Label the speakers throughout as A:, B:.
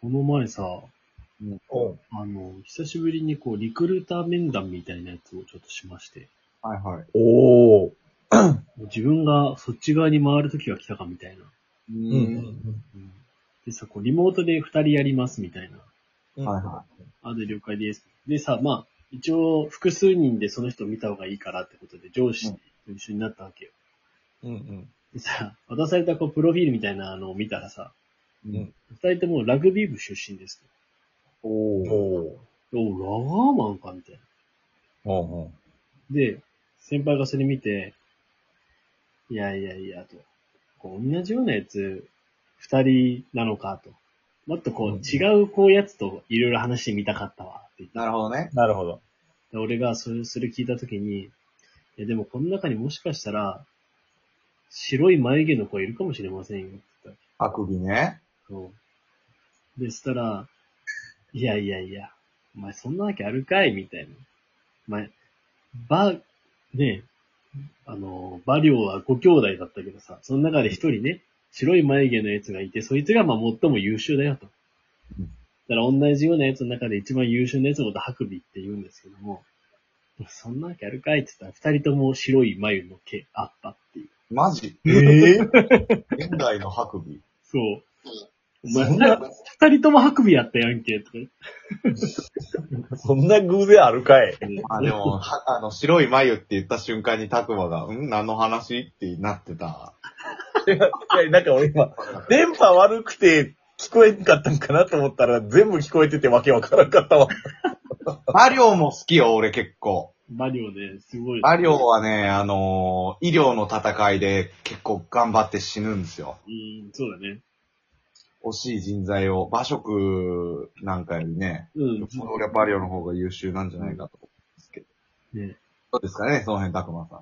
A: この前さ、
B: おう
A: あの、久しぶりにこう、リクルーター面談みたいなやつをちょっとしまして、
B: はいはい。おお。
A: 自分がそっち側に回る時が来たかみたいな。
B: う。
C: うん
A: うんでさ、こう、リモートで二人やりますみたいな。
C: うん。
B: はいは
A: あ、で、了解です。でさ、まあ、一応、複数人でその人を見た方がいいからってことで、上司と一緒になったわけよ。
C: い。うん
A: でさ、渡されたこう、プロフィールみたいなのを見たらさ、
B: い。
C: うん。
A: 二人ともラグビー部出身です
B: お
C: うん。
B: ー
C: お
A: と。おラガーマンかみたいな。
C: お。うん
A: で、先輩がそれ見て、いやいやいやと、こう同じようなやつ、二人なのかと。もっとこう、
C: うん
A: 違うこうやつといろいろ話してみたかったわって言って
B: なるほどね。
C: なるほど。
A: で俺がそれ、それ聞いたときに、いやでもこの中にもしかしたら、白い眉毛の子いるかもしれませんよって言っ
B: 白儀ね。
A: たの。そう。でしたら、いやいやいや、お前そんなわけあるかいみたいな。お前、ば、ねえ、あの、馬良は5兄弟だったけどさ、その中で一人ね、白い眉毛のやつがいて、そいつがまあ最も優秀だよと。
B: うん
A: だから同じようなやつの中で一番優秀なやつのこと白尾って言うんですけども、そんなわけあるかいって言ったら、二人とも白い眉の毛あったっていう。
B: マジ
C: ええ
B: 現代の白儀。
A: そう。お
C: そ
A: 前、
C: んな
A: 二人とも白尾やったやんけ、とか言って。
C: そんな偶然あるかい
B: あ、でも、はあの、白い眉って言った瞬間に拓馬が、ん何の話ってなってた。
C: いや、なんか俺 今、電波悪くて聞こえんかったんかなと思ったら、全部聞こえててわけわからんかったわ。
B: 馬良も好きよ、俺結構。
A: 馬良ね、すごい。
B: 馬良はね、あのー医療の戦いで結構頑張って死ぬんですよ。
A: うん、そうだね。
B: 惜しい人材を、馬食なんかよりね、
A: うん。
B: 俺は馬良の方が優秀なんじゃないかと思うんですけど。
A: ね
B: どうですかね、その辺、拓馬さん。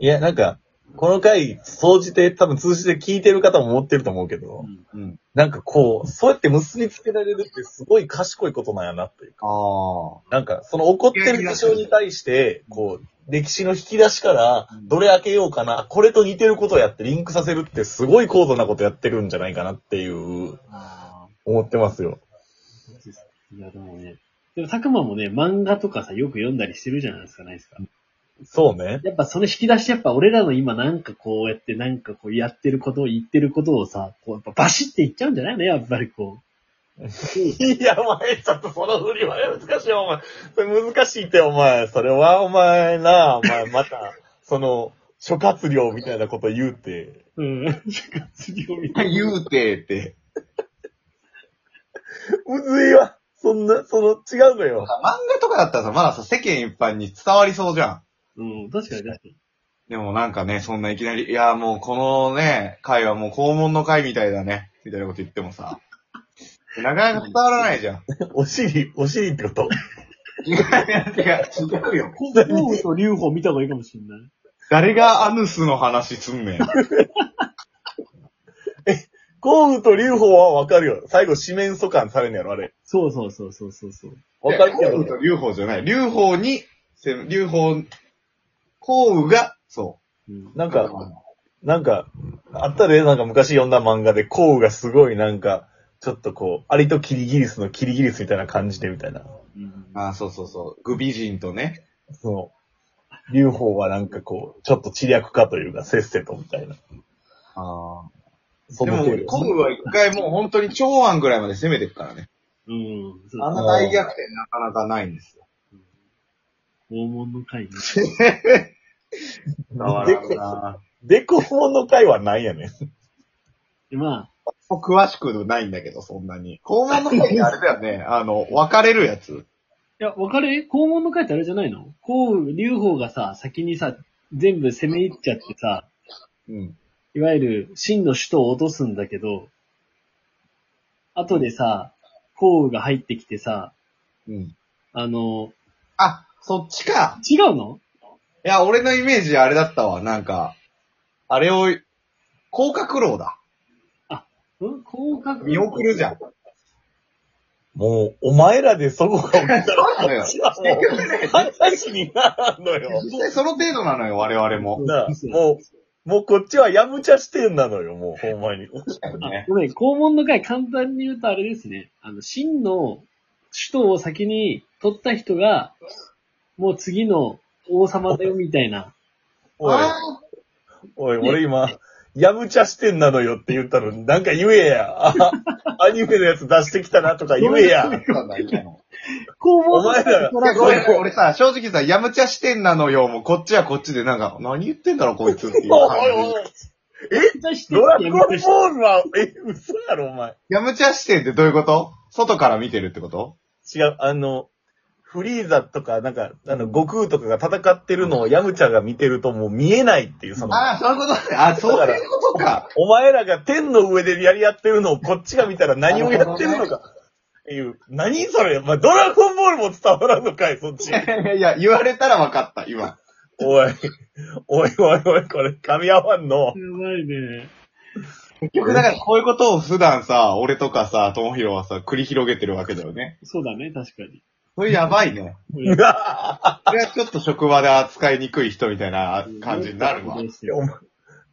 C: いや、なんか、この回、総じて、多分通じて聞いてる方も思ってると思うけ
A: う
C: ど、
A: ん
B: うん。
C: なんかこう、そうやって結びつけられるってすごい賢いことなんやなっていうか、
B: ああ。
C: なんか、その怒ってる事象に対して、こう、歴史の引き出しから、どれ開けようかな、これと似てることをやってリンクさせるってすごい高度なことやってるんじゃないかなっていう、
A: あ
C: 思ってますよ。
A: ーいや、でもね、でも、佐久間もね、漫画とかさ、よく読んだりしてるじゃないですか、ないですか。
C: そうね。
A: やっぱその引き出し、やっぱ俺らの今なんかこうやって、なんかこうやってることを言ってることをさ、こうやっぱバシって言っちゃうんじゃないのやっぱりこ
C: いや、お前、ちょっとその振りは難しいよ、お前。それ難しいって、お前。それは、お前な、お前、また、 その、諸葛亮みたいなこと言うて。
A: う。うん。次を 見て。
B: 言うてって。
C: むずいわ。そんな、その、違うの
B: 漫
C: よ。
B: 画とかだったらさ、まださ、世間一般に伝わりそうじゃん。
A: うん、確かに確かに。
B: でもなんかね、そんないきなり、いや、もうこのね、回はもう肛門の回みたいだね、みたいなこと言ってもさ、なかなか伝わらないじゃん。
C: お尻、お尻ってこと。
B: 違う、違うよ。
A: こうと劉邦見た方がいいかもしれない。
B: 誰がアヌスの話すんねん。
C: 幸運と劉邦はわかるよ。最後、四面楚漢されんのやろ、あれ。
A: そうそうそうそうそうそう。
C: わかるけ
B: いや
C: ど
B: 孔。雨と劉邦じゃない。劉邦に、せ劉邦、孔雨が、そ
A: うん、
C: なん
B: う。
C: か、なんか、あったで、なんか昔読んだ漫画で、幸運がすごいなんか、ちょっとこう、アリとキリギリスのキリギリスみたいな感じで、みたいな。
A: うん
B: あ、そうそうそう。グビ人とね。
C: その、劉邦はなんかこう、ちょっと知略家というか、せっせとみたいな。
B: あ
C: そ
B: で
C: の
B: も、
C: 程度
B: 孔雨は一回もう本当に長安ぐらいまで攻めてくからね。
A: うん。そう
B: あんな大逆転なかなかないんですよ。
A: 訪問の会ね。
C: でこ、でこ法の会はないやねん。
A: でま
B: もう詳しくないんだけど、そんなに。肛門の会ってあれだよ ね。あの、別れるやつ。
A: あ、いや、別れ肛門の会ってあれじゃないのこう、劉邦がさ、先にさ、全部攻め入っちゃってさ、
B: うん。
A: いわゆる真の首都を落とすんだけど、後でさ、降雨が入ってきてさ、
B: うん。
A: あの、
B: あ、そっちか。
A: 違うの
B: いや、俺のイメージあれだったわ。なんか、あれを、甲殻楼だ。
A: ん降格
B: 見送るじゃ ん。
C: もう、お前らでそこが起 きたら、
B: そうなのよ。
C: 私はもう、話にならんのよ。
B: 実際その程度なのよ、我々も。
C: なあもう、もうこっちはやむちゃしてんなのよ、もう、ほんまに。
B: 確か
A: あ
B: にね。
A: ごめん、肛門の会簡単に言うとあれですね。あの、真の首都を先に取った人が、もう次の王様だよみたいな。
C: おい、おい、俺今、やむちゃしてんなのよって言ったのに、なんか言えや。あアニメのやつ出してきたなとか言え や。
B: なんだ今の
A: 肛
C: お
A: 門の
C: 前
A: 会
C: ら、
B: いやごめん、俺さ、正直さ、やむちゃしてんなのよ。もうこっちはこっちで、なんか、何言ってんだろ、こいつっていう
C: お
B: 感
C: いおい
B: じ。
C: おい、
A: 出して
C: ドラゴンボ
A: やめて
C: ールは、え、嘘やろ、お前。
B: やむちゃしてんってどういうこと外から見てるってこと
C: 違う、あの、フリーザとか、なんか、あの、悟空とかが戦ってるのをヤムチャが見てるともう見えないっていう、その、
B: ああ、そういうことね。あ、そういうことか。
C: お前らが天の上でやり合ってるのをこっちが見たら何をやってるのかっていう、何それ、まあ、ドラゴンボールも伝わらんのかい、そっ ち。
B: いや、言われたら分かった、今。
C: おい、おいおいおい、これ噛み合わんの。
A: やばいね。
B: 結局、だからこういうことを普段さ、俺とかさ、ともひろはさ、繰り広げてるわけだよね。
A: そうだね、確かに。
B: それやばいね。
A: うん
B: それはちょっと職場で扱いにくい人みたいな感じになるわ。
C: お前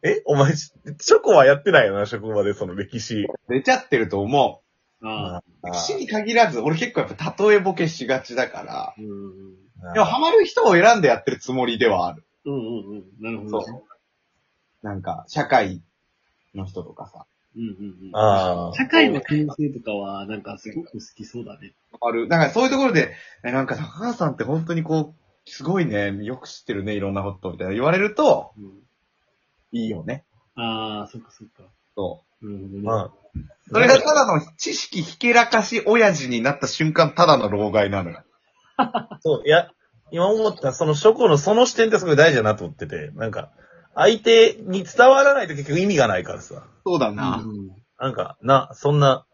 C: えお前、チョコはやってないよな、職場でその歴史。
B: 出ちゃってると思
A: ああ。
B: う。死に限らず、俺結構やっぱ例えボケしがちだから。
A: うんうん
B: でもハマる人を選んでやってるつもりではある。
A: うんうんうん。なるほどね。
B: なんか、社会の人とかさ。
A: うんうんうん。
C: ああ。
A: 社会の先生とかは、なんかすごく好きそうだね。
B: ハマる。なんかそういうところで、え、なんか高橋さんって本当にこう、すごいね、よく知ってるね、いろんなことみたいな言われると、
A: うん、
B: いいよね。
A: ああ、そっかそっか。
B: そう。
A: うん、
C: まあ。
B: それがただの知識ひけらかし親父になった瞬間、ただの老害なのよ。
C: そう、いや、今思った、その書庫のその視点ってすごい大事だなと思ってて、なんか、相手に伝わらないと結局意味がないからさ。
B: そう
A: う
B: だ
A: んうん、
C: なんか、な、そんな、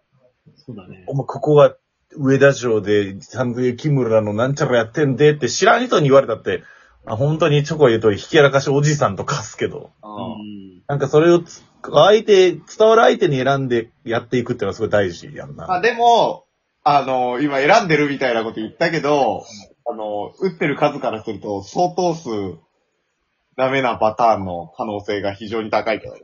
A: そうだね
C: お。前ここは上田城で、サンドイ木村のなんちゃらやってんでって知らん人に言われたって、あ本当にチョコ言うとり、ひけらかしおじさんとかすけど、
A: うん。
C: なんかそれをつ相手、伝わる相手に選んでやっていくってのはすごい大事やん
B: まあ
C: な。
B: でも、あの、今選んでるみたいなこと言ったけど、あの、打ってる数からすると、相当数、ダメなパターンの可能性が非常に高いけど。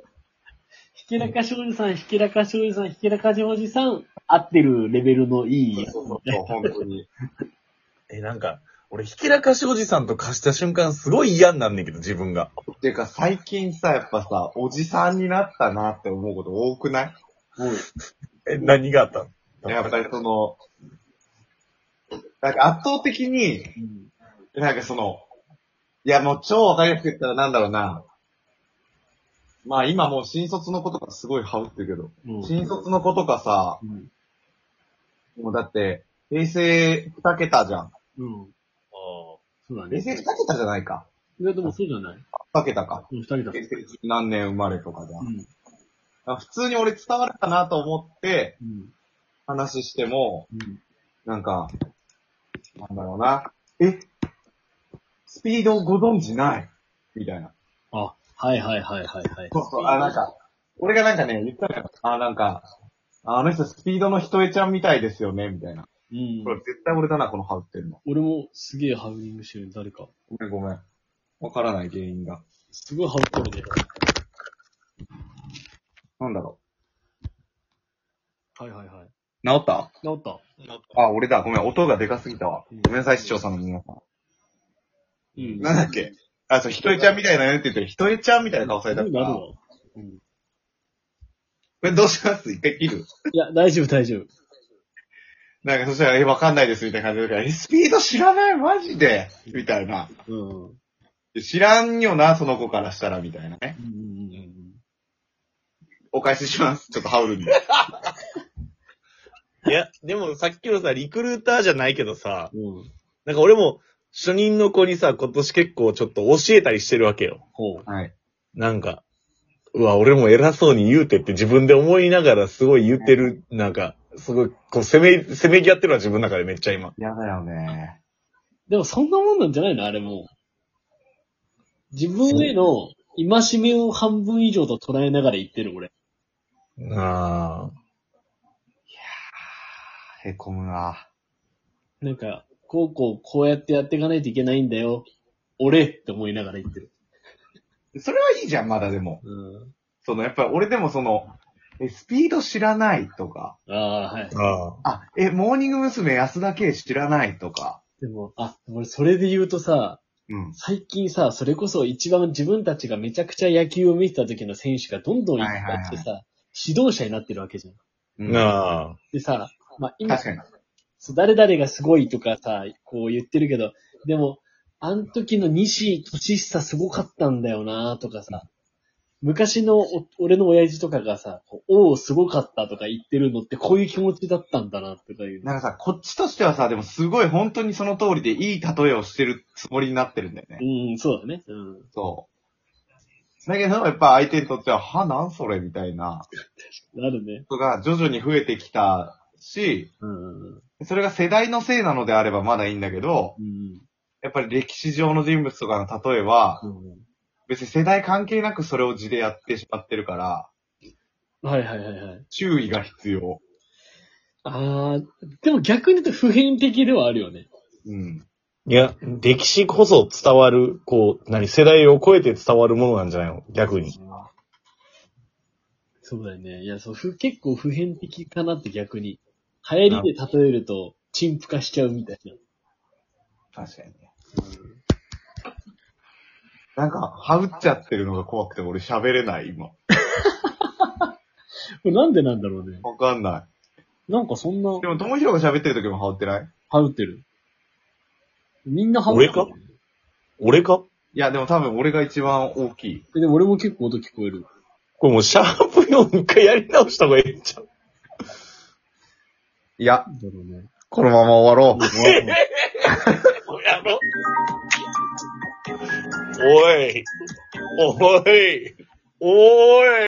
A: ひけらかしおじさん、ひけらかしおじさん、ひけらかしおじさん、合ってるレベルのいい。
B: そうそうそう、本当に。
C: え、なんか、俺、ひけらかしおじさんと貸した瞬間すごい嫌になんねんけど、自分が。
B: っていうか最近さ、やっぱさ、おじさんになったなって思うこと多くない
C: え、何があった
B: やっぱりその、なんか圧倒的に、
A: うん
B: なんかその、いやもう超わかりやすく言ったらなんだろうな。まあ今もう新卒の子とかすごいハウってるけど、
A: うん
B: 新卒の子とかさ、
A: うん。
B: もうだって、平成2桁じゃん。
A: うん。そうだね。
B: 平成2桁じゃないか。
A: いや、でもそうじゃない。
B: 2桁か。
A: うん二人だ。
B: 平成何年生まれとかじゃん。
A: う
B: だ
A: ん。
B: から普通に俺伝わるかなと思って
A: うん。
B: 話しても、
A: うん。
B: なんか、なんだろうな。えスピードをご存知ないみたいな。
A: あ、はいはいはいはいはい。
B: そうそう、あ、なんか、俺がなんかね、言ったのよ。あ、なんか、ああの人スピードの人えちゃんみたいですよね、みたいな。
A: うん
B: こ。れ絶対俺だな、このハウってるの。
A: 俺もすげえハウリングしてる、誰か。
B: ごめんごめん。わからない原因が。
A: すごいハウってるね。
B: なんだろ
A: はいはいはい。
B: う。治った
A: 治った。
B: あ、俺だ。ごめん、音がでかすぎたわ。ごめんなさい、視聴者の皆さ。
A: うんん
B: なんだっけあ、そう、ひとえちゃんみたいなねって言ってる、ひとえちゃんみたいな顔された
A: な
B: か
A: る
B: ら。こ
A: わ。うん。
B: れどうしますできる
A: いや、大丈夫大丈夫。
B: なんかそしたら、え、わかんないです、みたいな感じだから、え、スピード知らないマジでみたいな。
A: うん。うん
B: 知らんよな、その子からしたら、みたいなね。
A: うんうんうん。
B: お返しします。ちょっとハウルに。
C: いや、でもさっきのさ、リクルーターじゃないけどさ、
A: うん。
C: なんか俺も、初任の子にさ、今年結構ちょっと教えたりしてるわけよ。
A: ほう。
B: はい。
C: なんか、うわ、俺も偉そうに言うてって自分で思いながらすごい言ってる、なんか、すごい、こう、せめ、せめぎ合ってるわ、自分の中でめっちゃ今。
B: 嫌だよね。
A: でもそんなもんなんじゃないのあれも。自分への戒めを半分以上と捉えながら言ってる、俺。
C: あ
B: へこむな。
A: なんか、こうこうこうやってやっていかないといけないんだよ。俺って思いながら言ってる。
B: それはいいじゃん、まだでも。
A: うん。
B: その、やっぱり俺でもその、え、スピード知らないとか、
A: ああ、はい。
C: あ
B: あ、え、モーニング娘。安田圭知らないとか、
A: でも、あ、俺それで言うとさ、
B: うん。
A: 最近さ、それこそ一番自分たちがめちゃくちゃ野球を見てた時の選手がどんどんいっぱい来てさ、指導者になってるわけじゃん。
B: う
C: あ。
B: ん、
C: なあ。
A: でさ、まあ、今
B: 確、かに。
A: そう誰々がすごいとかさ、こう言ってるけど、でも、あの時の西俊久すごかったんだよなとかさ、昔のお俺の親父とかがさ、こうおお、すごかったとか言ってるのってこういう気持ちだったんだなとかいう。
B: なんかさ、こっちとしてはさ、でもすごい本当にその通りでいい例えをしてるつもりになってるんだよね。
A: うん、そうだね。うん。
B: そう。だけど、やっぱ相手にとっては、は、なんそれみたいな
A: なるね。
B: ことが徐々に増えてきたし、
A: うん。うん
B: それが世代のせいなのであればまだいいんだけど、
A: うん。
B: やっぱり歴史上の人物とかの例えは、
A: う
B: 別に世代関係なくそれを字でやってしまってるから、
A: ん。はいはいはいはい。
B: 注意が必要。
A: あー、でも逆に言うと普遍的ではあるよね。
B: うん。
C: いや、歴史こそ伝わる、こう、何、世代を超えて伝わるものなんじゃないの逆に。
A: そうだよね。いや、そう、ふ結構普遍的かなって逆に。流行りで例えると、陳腐化しちゃうみたいな。
B: 確かにね。なんか、はうっちゃってるのが怖くて俺喋れない、今。
A: これなんでなんだろうね。
B: わかんな。
A: なんかそんない
B: で、も、ともひろが喋ってる時もはうってない
A: ハウってる。みんなハウってる。
C: 俺か俺か
B: いや、でも多分俺が一番大きい。
A: えでも俺も結構音聞こえる。
C: これもうシャープ4一回やり直した方がいいんちゃう
B: いや、
A: なんだろうね。
B: このまま終わろう。
C: やろおい。おい。おい。